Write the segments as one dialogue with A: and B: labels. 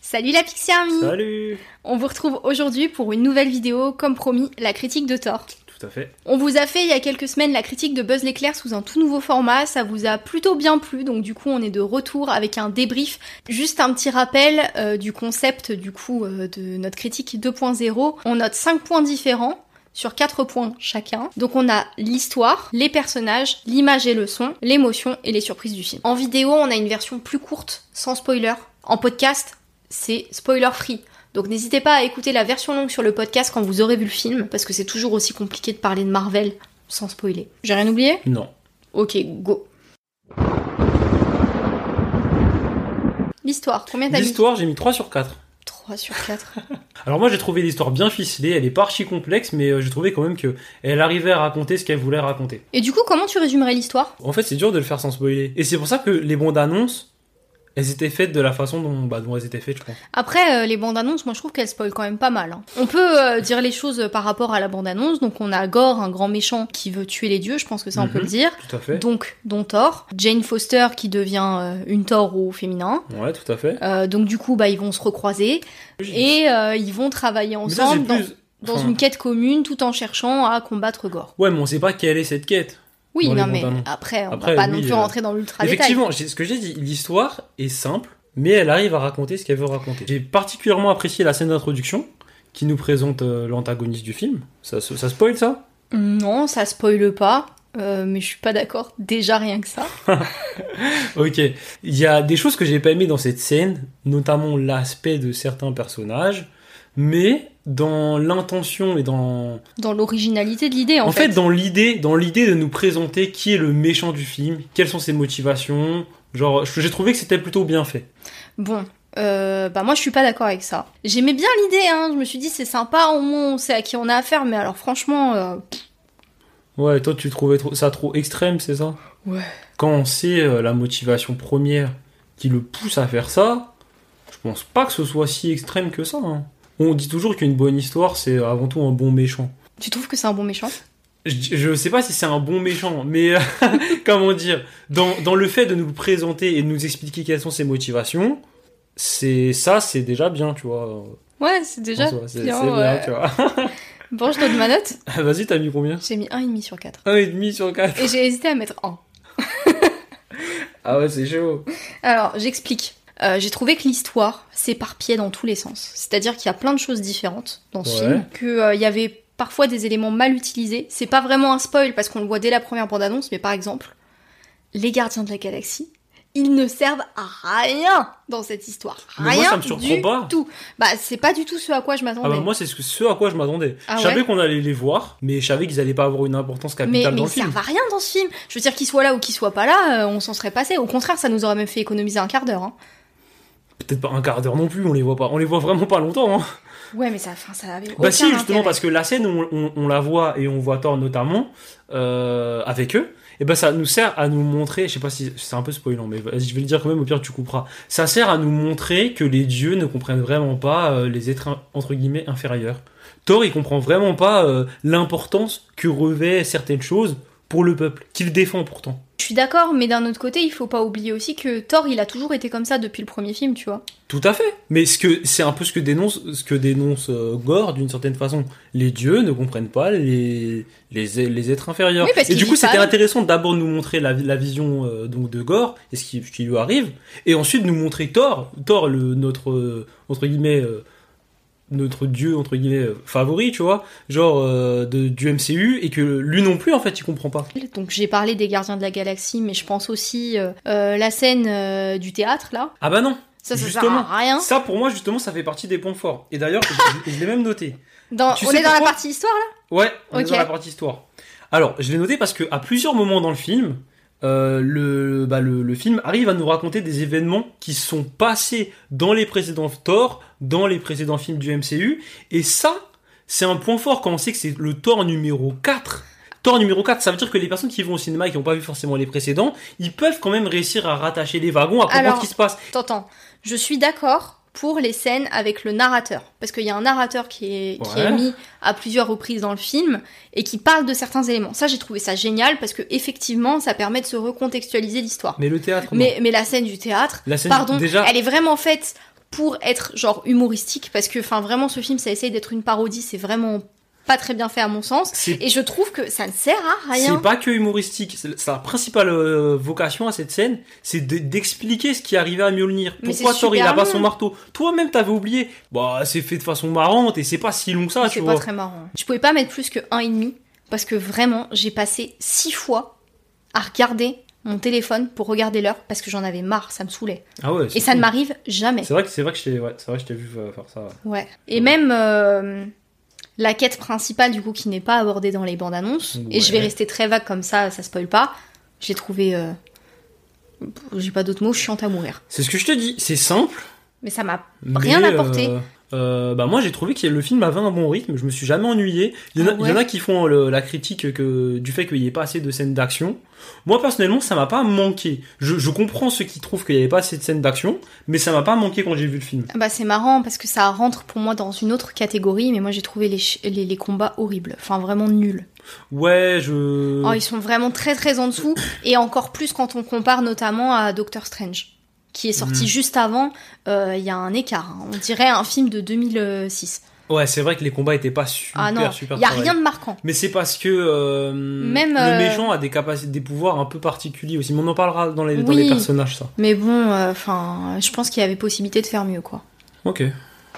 A: Salut la Pixie Army
B: Salut
A: On vous retrouve aujourd'hui pour une nouvelle vidéo, comme promis, la critique de Thor.
B: Tout à fait.
A: On vous a fait il y a quelques semaines la critique de Buzz l'éclair sous un tout nouveau format, ça vous a plutôt bien plu, donc du coup on est de retour avec un débrief, juste un petit rappel euh, du concept du coup euh, de notre critique 2.0. On note 5 points différents sur 4 points chacun. Donc on a l'histoire, les personnages, l'image et le son, l'émotion et les surprises du film. En vidéo, on a une version plus courte, sans spoiler. En podcast, c'est spoiler free. Donc n'hésitez pas à écouter la version longue sur le podcast quand vous aurez vu le film, parce que c'est toujours aussi compliqué de parler de Marvel sans spoiler. J'ai rien oublié
B: Non.
A: Ok, go. L'histoire, combien Ah, t'as mis
B: L'histoire, j'ai mis 3 sur 4.
A: 3 sur 4.
B: Alors moi, j'ai trouvé l'histoire bien ficelée, elle est pas archi complexe, mais euh, j'ai trouvé quand même que elle arrivait à raconter ce qu'elle voulait raconter.
A: Et du coup, comment tu résumerais l'histoire
B: En fait, c'est dur de le faire sans spoiler. Et c'est pour ça que les bandes annonces, elles étaient faites de la façon dont, bah, dont elles étaient faites, je pense.
A: Après, euh, les bandes annonces, moi je trouve qu'elles spoilent quand même pas mal. hein. On peut euh, dire les choses par rapport à la bande annonce. Donc on a Gore, un grand méchant qui veut tuer les dieux, je pense que ça on peut
B: Mhm.
A: le dire.
B: Tout à fait.
A: Donc, dont Thor. Jane Foster qui devient euh, une Thor au féminin.
B: Ouais, tout à fait.
A: Euh, donc du coup, bah, ils vont se recroiser et euh, ils vont travailler
B: Mais ça, c'est
A: ensemble dans,
B: plus-
A: dans
B: enfin,
A: une quête commune tout en cherchant à combattre Gore.
B: Ouais, mais on sait pas quelle est cette quête.
A: Oui,
B: Dans les
A: non mais
B: bandes annonces.
A: après, on
B: Après,
A: va pas
B: oui,
A: non plus
B: euh,
A: rentrer dans l'ultra détail.
B: Effectivement, j'ai- ce que j'ai dit, l'histoire est simple, mais elle arrive à raconter ce qu'elle veut raconter. J'ai particulièrement apprécié la scène d'introduction qui nous présente euh, l'antagoniste du film. Ça, se- ça spoil ça
A: Non, ça spoile pas. euh, mais je suis pas d'accord, déjà rien que ça.
B: Ok. Il y a des choses que j'ai pas aimées dans cette scène, notamment l'aspect de certains personnages, mais dans l'intention et dans
A: Dans l'originalité de l'idée, en,
B: en, fait, dans l'idée dans l'idée de nous présenter qui est le méchant du film, quelles sont ses motivations, genre je- j'ai trouvé que c'était plutôt bien fait.
A: Bon, euh, bah moi je suis pas d'accord avec ça. J'aimais bien l'idée, hein. Je me suis dit c'est sympa, au moins on sait à qui on a affaire. Mais alors franchement, euh,
B: Ouais, toi tu trouvais trop- ça trop extrême, c'est ça
A: Ouais.
B: Quand on sait euh, la motivation première qui le pousse à faire ça, je pense pas que ce soit si extrême que ça. hein. On dit toujours qu'une bonne histoire c'est avant tout un bon méchant.
A: tu trouves que c'est un bon méchant
B: Je, je sais pas si c'est un bon méchant, mais euh, comment dire dans, dans le fait de nous présenter et de nous expliquer quelles sont ses motivations, c'est ça, c'est déjà bien, tu vois.
A: Ouais, c'est déjà
B: En soi, c'est
A: bien.
B: c'est bien,
A: ouais.
B: tu vois.
A: Bon, je donne ma note.
B: Vas-y, t'as mis combien
A: J'ai mis 1,5 sur 4.
B: Un et demi sur quatre.
A: Et j'ai hésité à mettre 1.
B: Ah ouais, c'est chaud.
A: Alors, j'explique. Euh, j'ai trouvé que l'histoire s'éparpillait dans tous les sens. C'est-à-dire qu'il y a plein de choses différentes dans ce
B: Ouais.
A: film, qu'il y avait parfois des éléments mal utilisés. C'est pas vraiment un spoil parce qu'on le voit dès la première bande-annonce, mais par exemple, les gardiens de la galaxie, ils ne servent à rien dans cette histoire.
B: Mais moi,
A: Rien
B: ça me surprend
A: du
B: pas.
A: tout. Bah, c'est pas du tout ce à quoi je m'attendais.
B: Ah bah moi c'est ce, que- ce à quoi je m'attendais.
A: Ah
B: je savais
A: ouais
B: qu'on allait les voir, mais je savais qu'ils allaient pas avoir une importance
A: mais,
B: capitale
A: mais
B: dans
A: ils
B: le film.
A: servent à rien dans ce film. Je veux dire, qu'ils soient là ou qu'ils soient pas là, euh, on s'en serait passé. Au contraire, ça nous aurait même fait économiser un quart d'heure. hein.
B: Peut-être pas un quart d'heure non plus, on les voit pas, on les voit vraiment pas longtemps. hein.
A: Ouais, mais ça, enfin, ça avait aucun
B: Bah si justement
A: intérêt.
B: parce que la scène où on, on- on la voit et on voit Thor notamment euh, avec eux, et ben ça nous sert à nous montrer, je sais pas si c'est un peu spoilant, mais vas-y, je vais le dire quand même. Au pire tu couperas. Ça sert à nous montrer que les dieux ne comprennent vraiment pas euh, les êtres entre guillemets inférieurs. Thor il comprend vraiment pas euh, l'importance que revêt certaines choses pour le peuple qu'il défend pourtant.
A: Je suis d'accord, mais d'un autre côté, il faut pas oublier aussi que Thor, il a toujours été comme ça depuis le premier film, tu vois.
B: Tout à fait. Mais ce que c'est un peu ce que dénonce ce que dénonce euh, Gore d'une certaine façon. Les dieux ne comprennent pas les les, les êtres inférieurs.
A: Oui, parce
B: et
A: qu'il
B: du
A: dit
B: coup,
A: pas-
B: c'était intéressant d'abord de nous montrer la, la vision euh, donc de Gore et ce qui, ce qui lui arrive, et ensuite nous montrer Thor, Thor le notre euh, entre guillemets euh, notre dieu entre guillemets euh, favori, tu vois, genre euh, de, du MCU et que lui non plus en fait il comprend pas.
A: Donc j'ai parlé des Gardiens de la Galaxie, mais je pense aussi euh, euh, la scène euh, du théâtre, là.
B: Ah bah non.
A: Ça, ça
B: Justement.
A: sert à rien.
B: Ça pour moi justement ça fait partie des points forts. Et d'ailleurs je, je- je l'ai même noté.
A: Dans-
B: Tu
A: on
B: sais
A: est dans la
B: pourquoi
A: partie histoire, là
B: Ouais, on est
A: Ok.
B: dans la partie histoire. Alors, je l'ai noté parce que à plusieurs moments dans le film, euh, le, bah, le, le film arrive à nous raconter des événements qui sont passés dans les précédents Thor, dans les précédents films du MCU, et ça, c'est un point fort quand on sait que c'est le Thor numéro 4. Thor numéro 4, ça veut dire que les personnes qui vont au cinéma et qui n'ont pas vu forcément les précédents, ils peuvent quand même réussir à rattacher les wagons, à comprendre
A: Alors,
B: ce qui se passe.
A: T'entends. Je suis d'accord pour les scènes avec le narrateur. Parce qu'il y a un narrateur qui est, qui
B: Ouais.
A: est mis à plusieurs reprises dans le film et qui parle de certains éléments. Ça, j'ai trouvé ça génial parce que effectivement, ça permet de se recontextualiser l'histoire.
B: Mais le théâtre, non.
A: Mais, mais la scène du théâtre,
B: la scène,
A: pardon,
B: déjà,
A: elle est vraiment faite pour être genre humoristique parce que, enfin, vraiment, ce film, ça essaye d'être une parodie. C'est vraiment pas très bien fait à mon sens.
B: c'est
A: Et je trouve que ça ne sert à rien.
B: C'est pas que humoristique. C'est- Sa principale euh, vocation à cette scène, c'est de- d'expliquer ce qui arrivait à Mjolnir.
A: Mais
B: Pourquoi
A: c'est
B: Thor il
A: super
B: a pas
A: long.
B: son marteau Toi-même t'avais oublié. Bah c'est fait de façon marrante et c'est pas si long que ça, tu
A: c'est
B: vois.
A: pas très marrant. Je pouvais pas mettre plus que un et demi parce que vraiment, j'ai passé six fois à regarder mon téléphone pour regarder l'heure parce que j'en avais marre, ça me saoulait.
B: Ah ouais. c'est
A: Et ça
B: cool.
A: ne m'arrive jamais.
B: C'est vrai que c'est vrai que je t'ai ouais, c'est vrai que je t'ai vu euh, faire ça. ouais.
A: Ouais. Et même euh, la quête principale, du coup, qui n'est pas abordée dans les bandes annonces, et je vais
B: Ouais.
A: rester très vague comme ça, ça spoil pas, j'ai trouvé. euh, J'ai pas d'autres mots, chiante à mourir.
B: C'est ce que je te dis. C'est simple.
A: Mais ça m'a.
B: mais,
A: Rien apporté.
B: euh, euh, bah moi j'ai trouvé que le film avait un bon rythme. Je me suis jamais ennuyé. Il y en a,
A: Ah ouais.
B: il y en a qui font euh, le- la critique que du fait qu'il y ait pas assez de scènes d'action. Moi personnellement ça m'a pas manqué. Je, je comprends ceux qui trouvent qu'il y avait pas assez de scènes d'action, mais ça m'a pas manqué quand j'ai vu le film.
A: Ah Bah, c'est marrant parce que ça rentre pour moi dans une autre catégorie, mais moi j'ai trouvé les, ch- les, les combats horribles. Enfin, vraiment nuls.
B: Ouais, je.
A: Oh, ils sont vraiment très très en dessous et encore plus quand on compare notamment à Doctor Strange qui est sorti
B: Mhm.
A: juste avant, Euh, il y a un écart. hein. On dirait un film de 2006.
B: Ouais, c'est vrai que les combats étaient pas super
A: ah non,
B: super.
A: il y a
B: travaillés.
A: rien de marquant.
B: Mais c'est parce que euh,
A: Même,
B: le
A: euh,
B: méchant a des capacités, des pouvoirs un peu particuliers aussi. Mais on en parlera dans les, dans
A: Oui.
B: les personnages ça.
A: Mais bon, euh, enfin, je pense qu'il y avait possibilité de faire mieux, quoi.
B: Ok.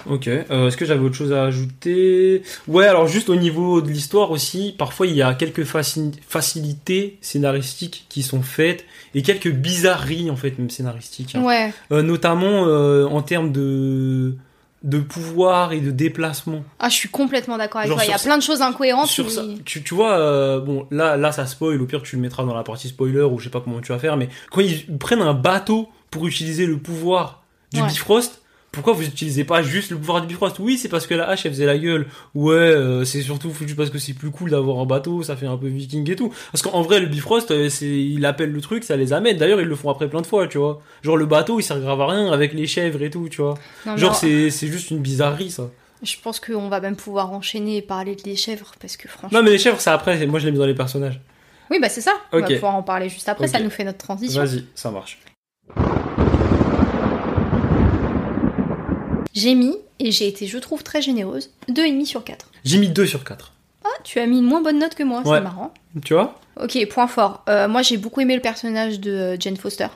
B: Ok. Euh, Est-ce que j'avais autre chose à ajouter Ouais, alors juste au niveau de l'histoire aussi, parfois il y a quelques faci- facilités scénaristiques qui sont faites et quelques bizarreries en fait même scénaristiques. hein.
A: Ouais.
B: Euh, notamment euh, en termes de de pouvoir et de déplacement.
A: Ah, je suis complètement d'accord avec
B: Genre
A: toi. Il y a
B: sur
A: plein de choses incohérentes.
B: Sur
A: mais-
B: ça, tu, tu vois, euh, bon, là, là, ça spoil. Au pire, tu le mettras dans la partie spoiler ou je sais pas comment tu vas faire. Mais quand ils prennent un bateau pour utiliser le pouvoir du
A: Ouais.
B: Bifrost, pourquoi vous utilisez pas juste le pouvoir du Bifrost Oui, c'est parce que la hache elle faisait la gueule. Ouais, euh, c'est surtout foutu parce que c'est plus cool d'avoir un bateau, ça fait un peu viking et tout. Parce qu'en vrai, le Bifrost, euh, c'est, il appelle le truc, ça les amène. D'ailleurs, ils le font après plein de fois, tu vois. Genre le bateau, il sert grave à rien avec les chèvres et tout, tu vois.
A: Ah Non, mais
B: Genre
A: alors,
B: c'est, c'est juste une bizarrerie ça.
A: Je pense qu'on va même pouvoir enchaîner et parler des chèvres parce que franchement.
B: Non mais les chèvres, c'est après. Moi, je l'ai mis dans les personnages.
A: Oui, bah c'est ça. On
B: Ok.
A: va pouvoir en parler juste après. Ça
B: Ok.
A: nous fait notre transition.
B: Vas-y, ça marche.
A: J'ai mis, et j'ai été, je trouve, très généreuse, 2,5 sur 4.
B: J'ai mis 2 sur 4.
A: Ah, tu as mis une moins bonne note que moi,
B: Ouais.
A: c'est marrant.
B: Tu vois
A: Ok, point fort. Euh, moi, j'ai beaucoup aimé le personnage de euh, Jane Foster,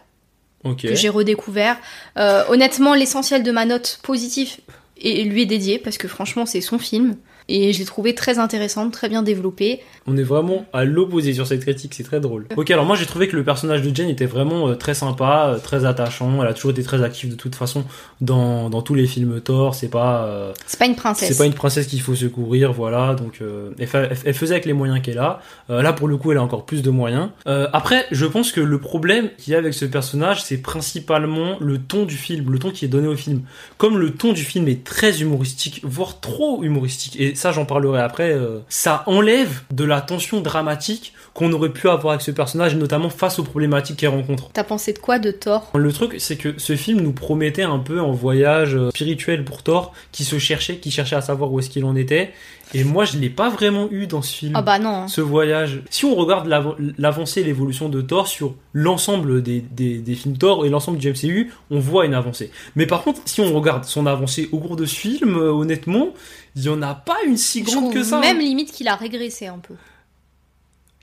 B: Ok.
A: que j'ai redécouvert. Euh, honnêtement, l'essentiel de ma note positive et lui est dédié, parce que franchement, c'est son film. Et je l'ai trouvé très intéressante, très bien développée.
B: On est vraiment à l'opposé sur cette critique, c'est très drôle. Ok, alors moi j'ai trouvé que le personnage de Jane était vraiment euh, très sympa, euh, très attachant. Elle a toujours été très active de toute façon dans, dans tous les films Thor. C'est pas euh,
A: C'est pas une princesse.
B: c'est pas une princesse qu'il faut secourir, voilà. Donc euh, elle, fa- elle faisait avec les moyens qu'elle a. Euh, là pour le coup, elle a encore plus de moyens. Euh, après, je pense que le problème qu'il y a avec ce personnage, c'est principalement le ton du film, le ton qui est donné au film. Comme le ton du film est très humoristique, voire trop humoristique, et ça j'en parlerai après, euh, ça enlève de la tension dramatique qu'on aurait pu avoir avec ce personnage, notamment face aux problématiques qu'elle rencontre.
A: T'as pensé de quoi de Thor
B: Le truc, c'est que ce film nous promettait un peu un voyage euh, spirituel pour Thor, qui se cherchait, qui cherchait à savoir où est-ce qu'il en était. Et moi, je l'ai pas vraiment eu dans ce film.
A: Ah bah non. hein.
B: Ce voyage. Si on regarde l'av- l'avancée et l'évolution de Thor sur l'ensemble des, des- des films Thor et l'ensemble du MCU, on voit une avancée. Mais par contre, si on regarde son avancée au cours de ce film, euh, honnêtement, il y en a pas une si
A: Je
B: grande
A: trouve
B: que ça. hein.
A: même limite qu'il a régressé un peu.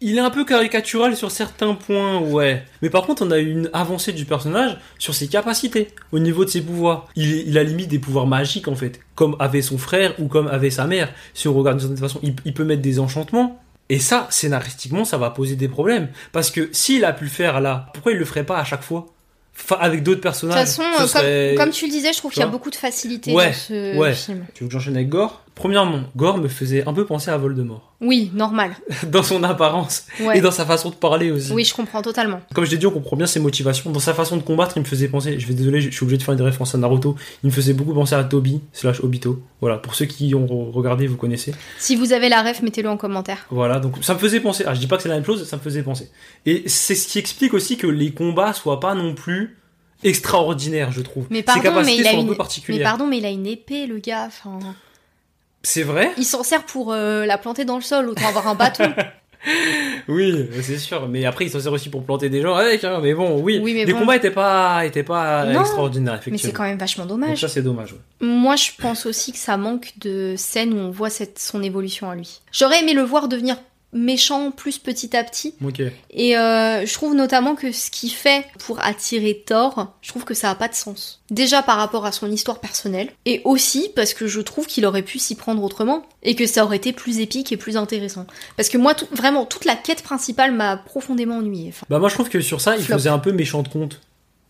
B: Il est un peu caricatural sur certains points, ouais. Mais par contre, on a eu une avancée du personnage sur ses capacités, au niveau de ses pouvoirs. Il, il a limite des pouvoirs magiques, en fait, comme avait son frère ou comme avait sa mère. Si on regarde de cette façon, il, il peut mettre des enchantements. Et ça, scénaristiquement, ça va poser des problèmes. Parce que s'il a pu le faire là, pourquoi il le ferait pas à chaque fois Enfin, avec d'autres
A: De
B: personnages.
A: toute façon,
B: ce
A: euh,
B: serait-
A: comme, comme tu le disais, je trouve
B: tu
A: qu'il y a
B: vois
A: beaucoup de facilité
B: Ouais,
A: dans ce
B: ouais.
A: film.
B: Tu veux que j'enchaîne avec Gore Premièrement, Gore me faisait un peu penser à Voldemort.
A: Oui, normal.
B: dans son apparence
A: Ouais.
B: et dans sa façon de parler aussi.
A: Oui, je comprends totalement.
B: Comme je l'ai dit, on comprend bien ses motivations. Dans sa façon de combattre, il me faisait penser. Je vais désolé, je je suis obligé de faire des références à Naruto. Il me faisait beaucoup penser à Tobi slash Obito. Voilà, pour ceux qui ont re- regardé, vous connaissez.
A: Si vous avez la ref, mettez-le en commentaire.
B: Voilà, donc ça me faisait penser. Ah, je dis pas que c'est la même chose, ça me faisait penser. Et c'est ce qui explique aussi que les combats soient pas non plus extraordinaire, je trouve.
A: Mais pardon,
B: Ses capacités
A: mais il a
B: sont un
A: une-
B: peu
A: Mais
B: particulières.
A: pardon, mais il a une épée, le gars. Enfin,
B: C'est vrai
A: il s'en sert pour euh, la planter dans le sol, autant avoir un bâton.
B: Oui, c'est sûr. Mais après, il s'en sert aussi pour planter des gens avec. hein, mais bon, oui.
A: Oui, mais
B: les
A: bon.
B: combats étaient pas, étaient pas
A: Non,
B: extraordinaires,
A: mais c'est
B: effectivement.
A: quand même vachement
B: Donc
A: dommage.
B: ça, c'est dommage. ouais.
A: Moi, je pense aussi que ça manque de scènes où on voit cette, son évolution à lui. J'aurais aimé le voir devenir méchant plus petit à petit.
B: Ok.
A: Et euh, je trouve notamment que ce qu'il fait pour attirer Thor, je trouve que ça a pas de sens. Déjà par rapport à son histoire personnelle, et aussi parce que je trouve qu'il aurait pu s'y prendre autrement, et que ça aurait été plus épique et plus intéressant. Parce que moi, tout- vraiment, toute la quête principale m'a profondément ennuyée. Enfin,
B: Bah moi je trouve que sur ça, il
A: Flop.
B: faisait un peu méchant de conte.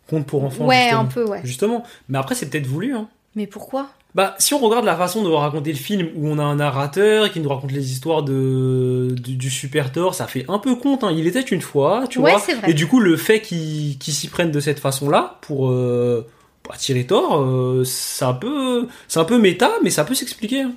B: Conte pour enfants.
A: ouais,
B: justement.
A: un peu, ouais.
B: Justement. Mais après c'est peut-être voulu. Hein.
A: Mais pourquoi
B: Bah si on regarde la façon de raconter le film où on a un narrateur qui nous raconte les histoires de du, du super Thor, ça fait un peu conte. Hein. Il était une fois, tu
A: Ouais,
B: vois.
A: c'est vrai.
B: Et du coup le fait qu'ils qu'ils s'y prennent de cette façon-là pour euh, pour attirer Thor, euh, ça peut c'est un peu méta, mais ça peut s'expliquer. hein,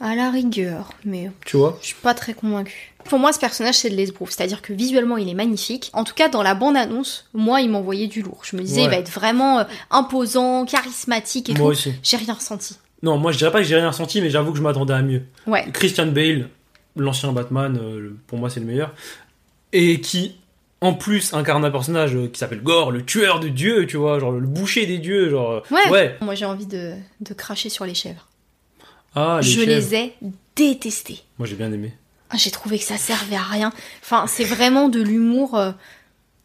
A: À la rigueur, mais
B: tu vois.
A: Je suis pas très convaincue. Pour moi, ce personnage, c'est de l'esbrouf. C'est-à-dire que visuellement, il est magnifique. En tout cas, dans la bande-annonce, moi, il m'envoyait du lourd. Je me disais,
B: Ouais.
A: il va être vraiment euh, imposant, charismatique et
B: Moi
A: tout.
B: aussi.
A: J'ai rien ressenti.
B: Non, moi je dirais pas que j'ai rien ressenti, mais j'avoue que je m'attendais à mieux.
A: Ouais.
B: Christian Bale, l'ancien Batman, euh, le- pour moi c'est le meilleur, et qui en plus incarne un personnage euh, qui s'appelle Gore, le tueur de dieux, tu vois, genre le boucher des dieux, genre. euh,
A: Ouais.
B: ouais.
A: Moi, j'ai envie de, de cracher sur les chèvres.
B: Ah, les
A: je
B: chefs.
A: les ai détestées.
B: Moi j'ai bien aimé.
A: Ah, J'ai trouvé que ça servait à rien. Enfin, c'est vraiment de l'humour euh,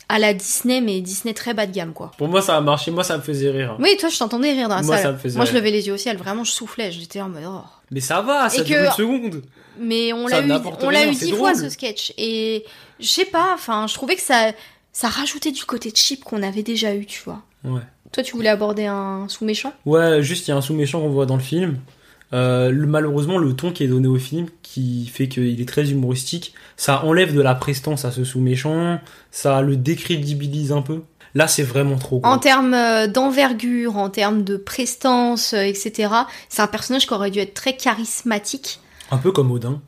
A: à la Disney, mais Disney très bas de gamme, quoi.
B: Pour moi ça a marché, moi ça me faisait rire. hein.
A: Oui, toi, je t'entendais rire dans la
B: Moi,
A: salle.
B: ça me faisait
A: moi, je
B: rire.
A: levais les yeux au ciel. Vraiment, je soufflais. J'étais en mode. oh.
B: Mais ça va, ça
A: Et
B: dure
A: que-
B: une seconde.
A: Mais on
B: Ça
A: l'a eu,
B: n'apporte
A: on l'a
B: rien,
A: eu
B: c'est
A: dix fois
B: drôle.
A: ce sketch. Et je sais pas, enfin, je trouvais que ça, ça rajoutait du côté cheap qu'on avait déjà eu, tu vois.
B: Ouais.
A: Toi, tu voulais aborder un sous-méchant
B: Ouais, juste il y a un sous-méchant qu'on voit dans le film. Euh, le- malheureusement, le ton qui est donné au film, qui fait qu'il est très humoristique, ça enlève de la prestance à ce sous-méchant, ça le décrédibilise un peu. Là, c'est vraiment trop. gros.
A: En termes euh, d'envergure, en termes de prestance, euh, etc., c'est un personnage qui aurait dû être très charismatique.
B: Un peu comme Odin,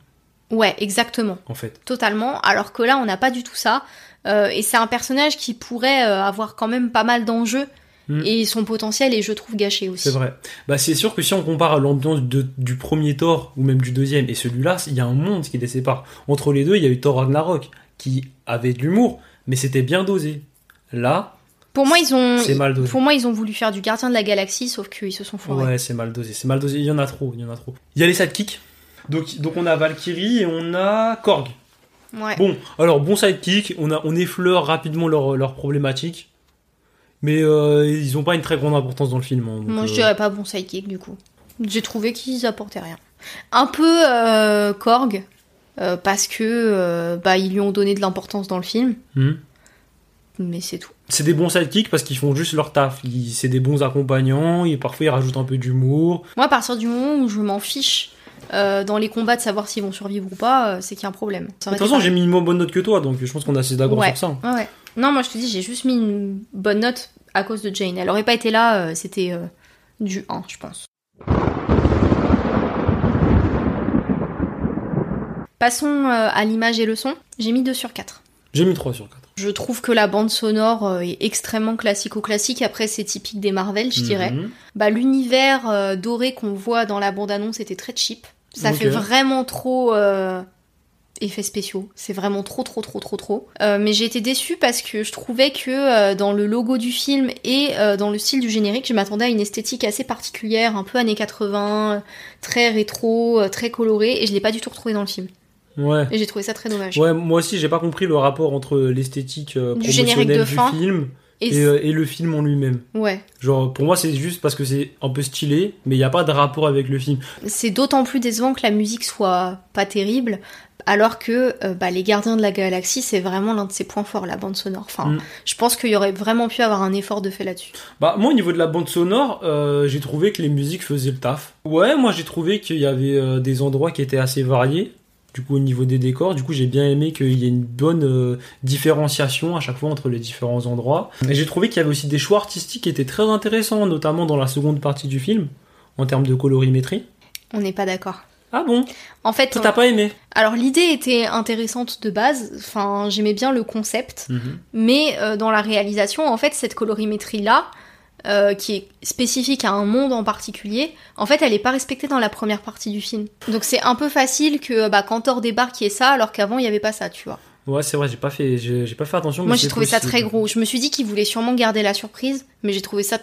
A: Ouais, exactement,
B: en fait.
A: totalement. Alors que là, on n'a pas du tout ça. Euh, et c'est un personnage qui pourrait euh, avoir quand même pas mal d'enjeux.
B: Mm.
A: Et son potentiel est, je trouve, gâché aussi.
B: C'est vrai. Bah, c'est sûr que si on compare l'ambiance de- du premier Thor, ou même du deuxième, et celui-là, il y a un monde qui les sépare. Entre les deux, il y a eu Thor Ragnarok, qui avait de l'humour, mais c'était bien dosé. Là,
A: Pour moi, ils ont,
B: c'est mal dosé.
A: Mm, Pour moi, ils ont voulu faire du gardien de la galaxie, sauf qu'ils se sont foirés.
B: Ouais, c'est mal dosé. C'est mal dosé. Il y en a trop, il y en a trop. Il y a les sidekicks. Donc, donc on a Valkyrie et on a Korg.
A: Ouais.
B: Bon, alors bon sidekick, on, a, on effleure rapidement leur, leur problématique, mais euh, ils ont pas une très grande importance dans le film. hein, donc,
A: moi, je
B: euh,
A: dirais pas bon sidekick, du coup. J'ai trouvé qu'ils apportaient rien. Un peu euh, Korg, euh, parce que euh, bah, ils lui ont donné de l'importance dans le film,
B: hmm.
A: mais c'est tout.
B: C'est des bons sidekicks parce qu'ils font juste leur taf. Ils- C'est des bons accompagnants, et parfois ils rajoutent un peu d'humour.
A: Moi, à partir du moment où je m'en fiche euh, dans les combats de savoir s'ils vont survivre ou pas, euh, c'est qu'il y a un problème. Ça
B: De
A: aurait
B: toute
A: été
B: façon, j'ai
A: pareil.
B: mis une moins bonne note que toi, donc je pense qu'on a assez d'accord
A: Ouais.
B: sur ça. hein.
A: Ouais, ouais. Non, moi, je te dis, j'ai juste mis une bonne note à cause de Jane. Elle aurait pas été là, euh, c'était euh, du 1, je pense. Passons euh, à l'image et le son. J'ai mis 2 sur 4.
B: J'ai mis 3 sur 4.
A: Je trouve que la bande sonore euh, est extrêmement classico-classique. Après, c'est typique des Marvel,
B: Mhm.
A: je dirais. Bah, L'univers euh, doré qu'on voit dans la bande-annonce était très cheap. Ça
B: Ok.
A: fait vraiment trop euh, effets spéciaux. C'est vraiment trop, trop, trop, trop, trop. Euh, mais j'ai été déçue parce que je trouvais que euh, dans le logo du film et euh, dans le style du générique, je m'attendais à une esthétique assez particulière, un peu années 80, très rétro, euh, très colorée. Et je l'ai pas du tout retrouvé dans le film.
B: Ouais.
A: Et j'ai trouvé ça très dommage.
B: Ouais, moi aussi, j'ai pas compris le rapport entre l'esthétique euh,
A: Du générique
B: promotionnelle
A: de
B: du
A: fin.
B: film
A: Et,
B: et, euh, et le film en lui-même.
A: ouais.
B: Genre, pour moi, c'est juste parce que c'est un peu stylé, mais il n'y a pas de rapport avec le film.
A: C'est d'autant plus décevant que la musique soit pas terrible, alors que euh, bah, Les Gardiens de la Galaxie, c'est vraiment l'un de ses points forts, la bande sonore. Enfin,
B: Mm.
A: je pense qu'il y aurait vraiment pu avoir un effort de fait là-dessus.
B: Bah, moi, au niveau de la bande sonore, euh, j'ai trouvé que les musiques faisaient le taf. Ouais, moi, j'ai trouvé qu'il y avait euh, des endroits qui étaient assez variés. Du coup, au niveau des décors, du coup, j'ai bien aimé qu'il y ait une bonne euh, différenciation à chaque fois entre les différents endroits. Et j'ai trouvé qu'il y avait aussi des choix artistiques qui étaient très intéressants, notamment dans la seconde partie du film, en termes de colorimétrie.
A: On n'est pas d'accord.
B: Ah bon
A: En fait,
B: Toi, t'as pas aimé
A: alors l'idée était intéressante de base, enfin j'aimais bien le concept, mais euh, dans la réalisation, en fait, cette colorimétrie-là, euh, qui est spécifique à un monde en particulier, en fait, elle n'est pas respectée dans la première partie du film. Donc c'est un peu facile que bah, Cantor débarque et ça, alors qu'avant, il n'y avait pas ça, tu vois.
B: Ouais, c'est vrai, j'ai pas fait, j'ai j'ai pas fait attention.
A: Moi,
B: mais
A: j'ai
B: c'est
A: trouvé ça
B: possible.
A: très gros. Je me suis dit qu'il voulait sûrement garder la surprise, mais j'ai trouvé ça...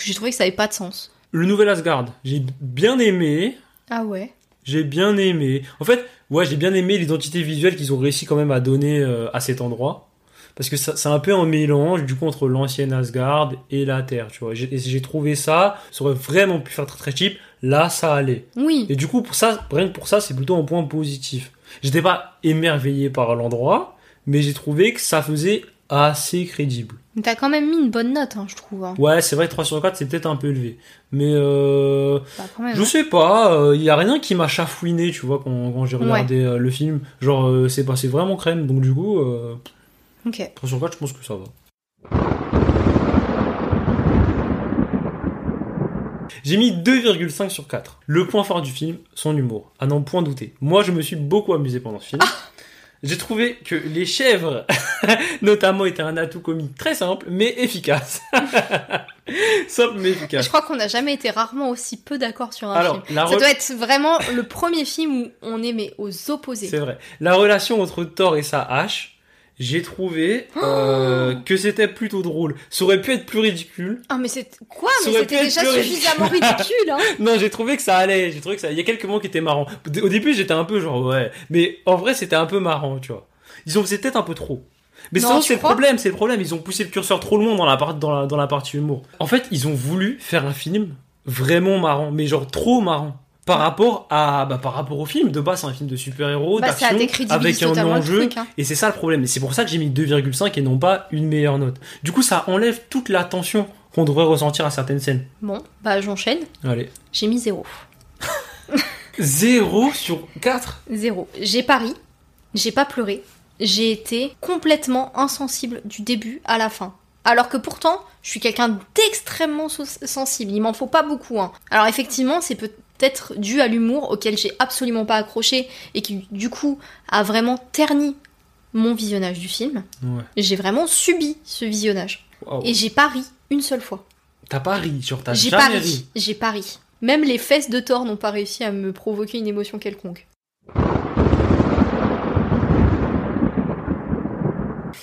A: J'ai trouvé que ça n'avait pas de sens.
B: Le nouvel Asgard, j'ai bien aimé.
A: Ah ouais
B: J'ai bien aimé. En fait, ouais, j'ai bien aimé l'identité visuelle qu'ils ont réussi quand même à donner euh, à cet endroit. Parce que ça- c'est un peu un mélange du coup entre l'ancienne Asgard et la Terre, tu vois. J'ai- et J'ai trouvé ça, ça aurait vraiment pu faire très très cheap. Là, ça allait.
A: Oui.
B: Et du coup, pour ça, rien que pour ça, c'est plutôt un point positif. J'étais pas émerveillé par l'endroit, mais j'ai trouvé que ça faisait assez crédible.
A: Mais T'as quand même mis une bonne note, hein, je trouve. hein.
B: Ouais, c'est vrai, 3 sur 4, c'est peut-être un peu élevé. Mais euh,
A: Bah, quand même.
B: je sais pas, il y a rien qui m'a chafouiné, tu vois, quand, quand j'ai regardé euh, le film. Genre, euh, c'est passé vraiment crème, donc du coup, euh,
A: Ok.
B: 3 sur 4, je pense que ça va. J'ai mis 2,5 sur 4. Le point fort du film, son humour, à n'en point douter. Moi, je me suis beaucoup amusé pendant ce film.
A: Ah.
B: J'ai trouvé que les chèvres, notamment, étaient un atout comique très simple, mais efficace. simple, mais
A: Je
B: efficace.
A: crois qu'on n'a jamais été rarement aussi peu d'accord sur un film.
B: Alors, la
A: Ça
B: re-
A: doit être vraiment le premier film où on est mais aux opposés.
B: C'est vrai. La relation entre Thor et sa hache, j'ai trouvé
A: Oh
B: euh, que c'était plutôt drôle. Ça aurait pu être plus ridicule.
A: Ah mais c'est quoi Mais
B: Ça aurait
A: c'était
B: pu être
A: déjà
B: plus
A: suffisamment ridicule. Hein
B: Non, j'ai trouvé que ça allait. J'ai trouvé que ça. Il y a quelques moments qui étaient marrants. Au début, j'étais un peu genre ouais, mais en vrai, c'était un peu marrant, tu vois. Ils ont fait peut-être un peu trop. Mais
A: Non,
B: sinon,
A: tu
B: c'est le
A: crois
B: problème, c'est le problème. Ils ont poussé le curseur trop loin dans la, part- dans, la, dans la partie humour. En fait, ils ont voulu faire un film vraiment marrant, mais genre trop marrant. Par rapport à, bah, par rapport au film, de base, c'est un film de super-héros,
A: bah ça
B: d'action,
A: décrédibilise
B: avec un
A: totalement le
B: enjeu.
A: truc. Hein.
B: Et c'est ça le problème. Et c'est pour ça que j'ai mis 2,5 et non pas une meilleure note. Du coup, ça enlève toute la tension qu'on devrait ressentir à certaines scènes.
A: Bon, bah j'enchaîne.
B: Allez.
A: J'ai mis zéro.
B: 0 sur 4
A: Zéro. J'ai pas ri. J'ai pas pleuré. J'ai été complètement insensible du début à la fin. Alors que pourtant, je suis quelqu'un d'extrêmement so- sensible. Il m'en faut pas beaucoup. Hein. Alors effectivement, c'est peut-être dû à l'humour auquel j'ai absolument pas accroché et qui du coup a vraiment terni mon visionnage du film.
B: Ouais.
A: J'ai vraiment subi ce visionnage.
B: Wow.
A: Et j'ai pas ri une seule fois.
B: T'as pas ri, genre t'as
A: J'ai
B: jamais
A: pas
B: ri.
A: ri. J'ai pas ri. Même les fesses de Thor n'ont pas réussi à me provoquer une émotion quelconque.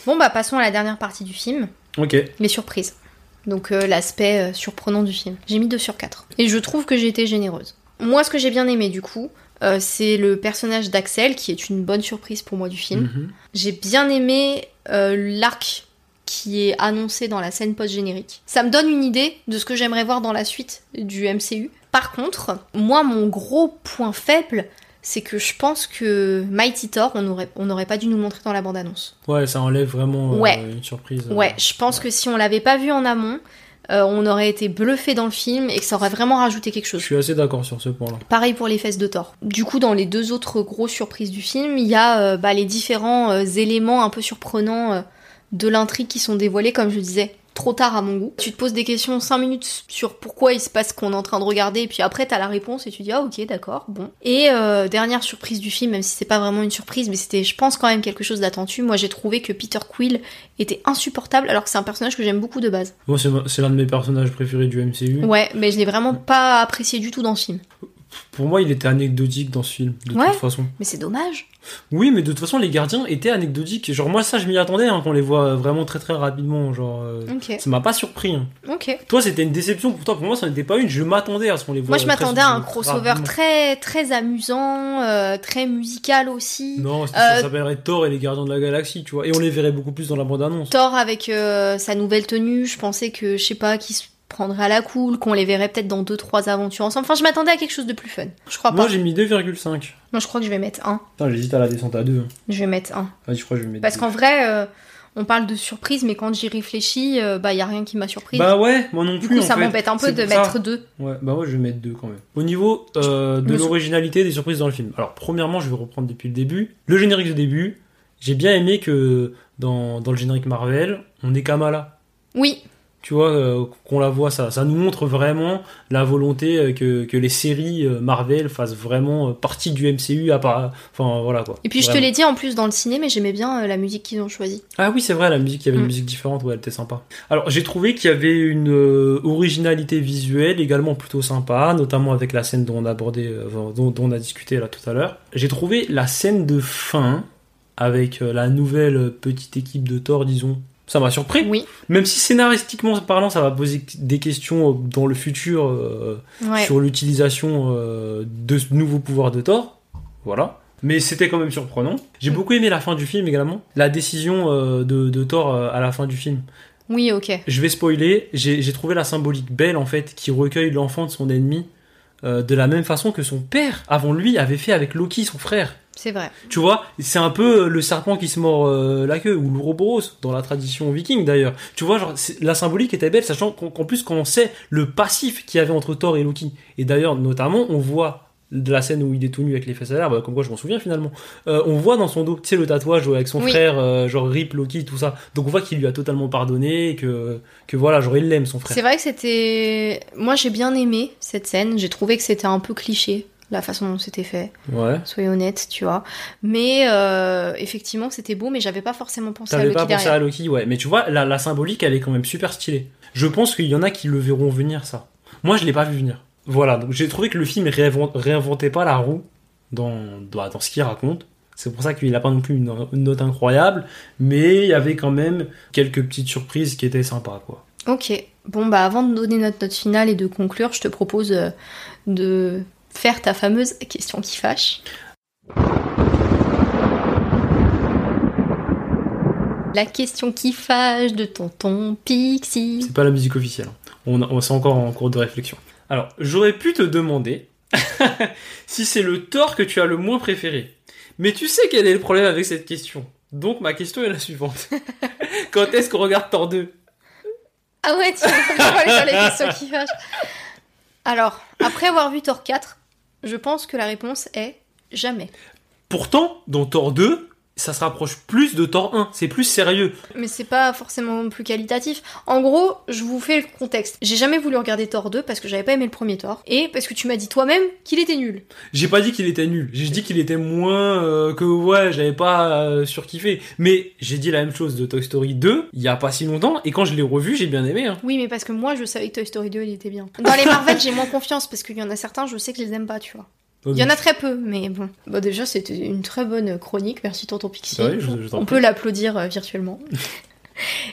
A: Bon bah passons à la dernière partie du film,
B: Ok.
A: les surprises. Donc euh, l'aspect euh, surprenant du film. J'ai mis 2 sur 4. Et je trouve que j'ai été généreuse. Moi ce que j'ai bien aimé du coup, euh, c'est le personnage d'Axel qui est une bonne surprise pour moi du film.
B: Mhm.
A: J'ai bien aimé euh, l'arc qui est annoncé dans la scène post-générique. Ça me donne une idée de ce que j'aimerais voir dans la suite du MCU. Par contre, moi, mon gros point faible, c'est que je pense que Mighty Thor, on aurait- on n'aurait pas dû nous le montrer dans la bande-annonce.
B: Ouais, ça enlève vraiment euh,
A: Ouais.
B: une surprise. euh.
A: Ouais, je pense que si on l'avait pas vu en amont, euh, on aurait été bluffé dans le film et que ça aurait vraiment rajouté quelque
B: Je
A: chose.
B: suis assez d'accord sur ce point-là.
A: Pareil pour les fesses de Thor. Du coup, dans les deux autres grosses surprises du film, il y a euh, bah, les différents euh, éléments un peu surprenants euh, de l'intrigue qui sont dévoilés, comme je disais, trop tard à mon goût. Tu te poses des questions 5 minutes sur pourquoi il se passe ce qu'on est en train de regarder, et puis après, t'as la réponse et tu dis, ah ok, d'accord, bon. Et euh, dernière surprise du film, même si c'est pas vraiment une surprise, mais c'était, je pense, quand même quelque chose d'attendu. Moi, j'ai trouvé que Peter Quill était insupportable, alors que c'est un personnage que j'aime beaucoup de base.
B: Moi, c'est ma- c'est l'un de mes personnages préférés du MCU.
A: Ouais, mais je l'ai vraiment pas apprécié du tout dans le film.
B: Pour moi, il était anecdotique dans ce film, de
A: Ouais.
B: toute façon.
A: Mais c'est dommage.
B: Oui, mais de toute façon, les gardiens étaient anecdotiques. Genre, moi, ça, je m'y attendais, hein, qu'on les voit vraiment très très rapidement. Genre, euh,
A: Ok,
B: ça m'a pas surpris. hein.
A: ok.
B: Toi, c'était une déception pour toi. Pour moi, ça n'était pas une. Je m'attendais à ce qu'on les voit.
A: Moi, je
B: très
A: m'attendais à un
B: très
A: crossover
B: rapidement.
A: très, très amusant, euh, très musical aussi.
B: Non, c'était-
A: Euh,
B: ça s'appellerait Thor et les Gardiens de la Galaxie, tu vois. Et on les verrait beaucoup plus dans la bande-annonce.
A: Thor avec euh, sa nouvelle tenue, je pensais que, je sais pas, qu'il se prendrait à la cool, qu'on les verrait peut-être dans deux, trois aventures ensemble. Enfin, je m'attendais à quelque chose de plus fun. Je crois
B: Moi,
A: pas.
B: j'ai mis 2,5.
A: Non, je crois que je vais mettre un.
B: Putain, j'hésite à la descente à 2.
A: Je vais mettre un.
B: Ah, je crois que je vais mettre.
A: Parce
B: deux.
A: qu'en vrai, euh, on parle de surprise, mais quand j'y réfléchis, euh, bah, y a rien qui m'a surprise.
B: Bah ouais, moi non
A: du
B: plus.
A: coup,
B: en
A: ça
B: fait.
A: m'embête un peu
B: C'est
A: de
B: pour ça.
A: mettre deux.
B: Ouais, bah moi je vais mettre deux quand même. Au niveau euh, de
A: Me sou-
B: l'originalité des surprises dans le film. Alors premièrement, je vais reprendre depuis le début. Le générique de début, j'ai bien aimé que dans, dans le générique Marvel, on est Kamala.
A: Oui,
B: tu vois, euh, qu'on la voit, ça, ça nous montre vraiment la volonté euh, que, que les séries euh, Marvel fassent vraiment euh, partie du MCU à part, enfin voilà quoi.
A: Et puis je te
B: Vraiment.
A: l'ai dit en plus dans le ciné, mais j'aimais bien euh, la musique qu'ils ont choisie.
B: Ah oui, c'est vrai, la musique, il y avait une
A: Mm.
B: musique différente, ouais, elle était sympa. Alors, j'ai trouvé qu'il y avait une euh, originalité visuelle également plutôt sympa, notamment avec la scène dont on a abordé, euh, enfin, dont, dont on a discuté là tout à l'heure. J'ai trouvé la scène de fin avec euh, la nouvelle petite équipe de Thor, disons. Ça m'a surpris.
A: Oui,
B: Même si scénaristiquement parlant, ça va poser des questions euh, dans le futur euh,
A: ouais.
B: sur l'utilisation euh, de ce nouveau pouvoir de Thor. Voilà. Mais c'était quand même surprenant. J'ai
A: Mm.
B: beaucoup aimé la fin du film également. La décision euh, de, de Thor euh, à la fin du film.
A: Oui, ok.
B: Je vais spoiler. J'ai j'ai trouvé la symbolique belle en fait qui recueille l'enfant de son ennemi euh, de la même façon que son père avant lui avait fait avec Loki, son frère.
A: C'est vrai.
B: Tu vois, c'est un peu euh, le serpent qui se mord euh, la queue, ou l'ouroboros, dans la tradition viking d'ailleurs. Tu vois, genre, c'est- la symbolique était belle, sachant qu'en qu'en plus, quand on sait le passif qu'il y avait entre Thor et Loki, et d'ailleurs, notamment, on voit de la scène où il est tout nu avec les fesses à l'air, bah, comme quoi je m'en souviens finalement, Euh, on voit dans son dos, tu sais, le tatouage ouais, avec son
A: Oui.
B: frère, euh, genre Rip, Loki, tout ça. Donc on voit qu'il lui a totalement pardonné, et que, que voilà, genre il l'aime, son frère.
A: C'est vrai que c'était. Moi, j'ai bien aimé cette scène. J'ai trouvé que c'était un peu cliché, la façon dont c'était fait.
B: Ouais.
A: Soyons honnêtes, tu vois. Mais euh, effectivement, c'était beau, mais j'avais pas forcément pensé à
B: T'avais
A: Loki
B: pas pensé
A: derrière.
B: à Loki, ouais. Mais tu vois, la, la symbolique, elle est quand même super stylée. Je pense qu'il y en a qui le verront venir, ça. Moi, je l'ai pas vu venir. Voilà, donc j'ai trouvé que le film réinvent- réinventait pas la roue dans, dans, dans ce qu'il raconte. C'est pour ça qu'il a pas non plus une, une note incroyable, mais il y avait quand même quelques petites surprises qui étaient sympas, quoi.
A: Ok. Bon, bah, avant de donner notre note finale et de conclure, je te propose euh, de faire ta fameuse question qui fâche. La question qui fâche de tonton Pixie.
B: C'est pas la musique officielle. hein. On, on c'est encore en cours de réflexion. Alors, j'aurais pu te demander si c'est le tort que tu as le moins préféré. Mais tu sais quel est le problème avec cette question. Donc ma question est la suivante. Quand est-ce qu'on regarde Thor 2
A: Ah ouais, tu vas aller sur les questions qui fâchent. Alors, après avoir vu Thor 4, je pense que la réponse est jamais.
B: Pourtant, dans Thor 2, ça se rapproche plus de Thor 1. C'est plus sérieux.
A: Mais c'est pas forcément plus qualitatif. En gros, je vous fais le contexte. J'ai jamais voulu regarder Thor 2 parce que j'avais pas aimé le premier Thor. Et parce que tu m'as dit toi-même qu'il était nul.
B: J'ai pas dit qu'il était nul. J'ai dit qu'il était moins euh, que ouais, j'avais pas euh, surkiffé. Mais j'ai dit la même chose de Toy Story 2 il y a pas si longtemps. Et quand je l'ai revu, j'ai bien aimé. hein.
A: Oui, mais parce que moi, je savais que Toy Story 2, il était bien. Dans les Marvel, j'ai moins confiance parce qu'il y en a certains, je sais que je les aime pas, tu vois. Il y en a très peu, mais bon. Ah Bah déjà, c'était une très bonne chronique. Merci Tonton Pixie.
B: Ouais, je- je t'en
A: On
B: prie.
A: peut l'applaudir euh, virtuellement.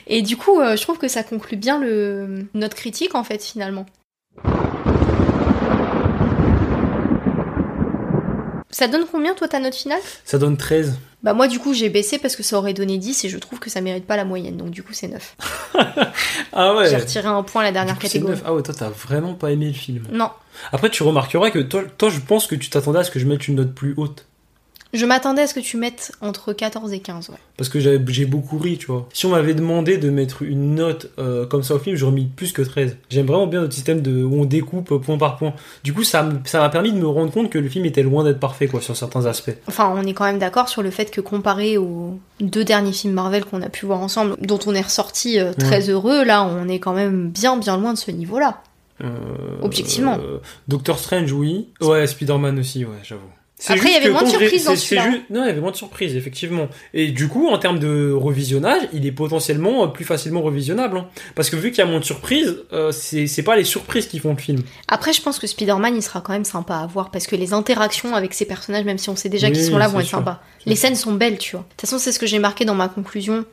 A: Et du coup, euh, je trouve que ça conclut bien le... notre critique, en fait, finalement. Ça donne combien, toi, ta note finale
B: Ça donne 13.
A: Bah moi, du coup, j'ai baissé parce que ça aurait donné 10 et je trouve que ça mérite pas la moyenne. Donc du coup, c'est 9.
B: Ah ouais.
A: J'ai retiré un point à la dernière
B: Du coup, c'est
A: catégorie.
B: neuf. Ah ouais, toi, t'as vraiment pas aimé le film.
A: Non,
B: Après, tu remarqueras que toi, toi je pense que tu t'attendais à ce que je mette une note plus haute.
A: je m'attendais à ce que tu mettes entre 14 et 15, ouais.
B: Parce que j'avais- j'ai beaucoup ri, tu vois. Si on m'avait demandé de mettre une note euh, comme ça au film, j'aurais mis plus que 13. J'aime vraiment bien notre système de, où on découpe point par point. Du coup, ça me- ça m'a permis de me rendre compte que le film était loin d'être parfait, quoi, sur certains aspects.
A: Enfin, on est quand même d'accord sur le fait que comparé aux deux derniers films Marvel qu'on a pu voir ensemble, dont on est ressorti euh, très heureux, là, on est quand même bien, bien loin de ce niveau-là.
B: Euh,
A: Objectivement.
B: euh, Doctor Strange, oui. Ouais, Spider-Man aussi, ouais, j'avoue. C'est
A: Après, il y
B: juste
A: avait
B: que
A: moins de
B: quand je ré-
A: surprises dans
B: c'est- c'est
A: celui-là.
B: juste- Non, il y avait moins de surprises, effectivement. Et du coup, en termes de revisionnage, il est potentiellement euh, plus facilement revisionnable. hein. Parce que vu qu'il y a moins de surprises, euh, c'est c'est pas les surprises qui font le film.
A: Après, je pense que Spider-Man, il sera quand même sympa à voir, parce que les interactions avec ces personnages, même si on sait déjà
B: Oui,
A: qu'ils sont là, vont
B: c'est
A: être
B: sûr.
A: sympas.
B: C'est
A: Les
B: sûr.
A: scènes sont belles, tu vois. De toute façon, c'est ce que j'ai marqué dans ma conclusion,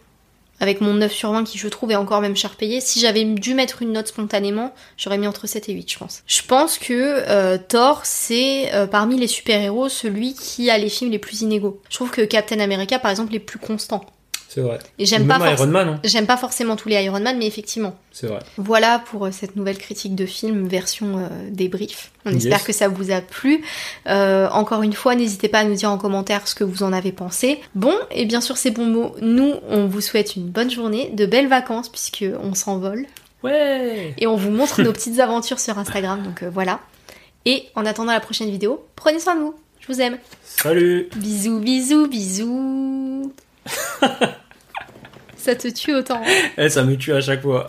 A: avec mon 9 sur 20, qui je trouve est encore même cher payé. Si j'avais dû mettre une note spontanément, j'aurais mis entre 7 et 8, je pense. Je pense que euh, Thor, c'est euh, parmi les super-héros celui qui a les films les plus inégaux. Je trouve que Captain America, par exemple, est plus constant.
B: C'est vrai.
A: Et
B: Ou
A: j'aime pas,
B: même
A: forc-
B: Iron Man, hein.
A: j'aime pas forcément tous les Iron Man, mais effectivement.
B: c'est vrai.
A: Voilà pour euh, cette nouvelle critique de film version euh, débrief. On
B: Yes.
A: espère que ça vous a plu. Euh, encore une fois, n'hésitez pas à nous dire en commentaire ce que vous en avez pensé. Bon, et bien sûr ces bons mots, nous, on vous souhaite une bonne journée, de belles vacances puisque on s'envole
B: Ouais
A: et on vous montre nos petites aventures sur Instagram. Donc euh, voilà. Et en attendant la prochaine vidéo, prenez soin de vous. Je vous aime.
B: Salut
A: Bisous, bisous, bisous. ça te tue autant. hein.
B: Eh, ça me tue à chaque fois.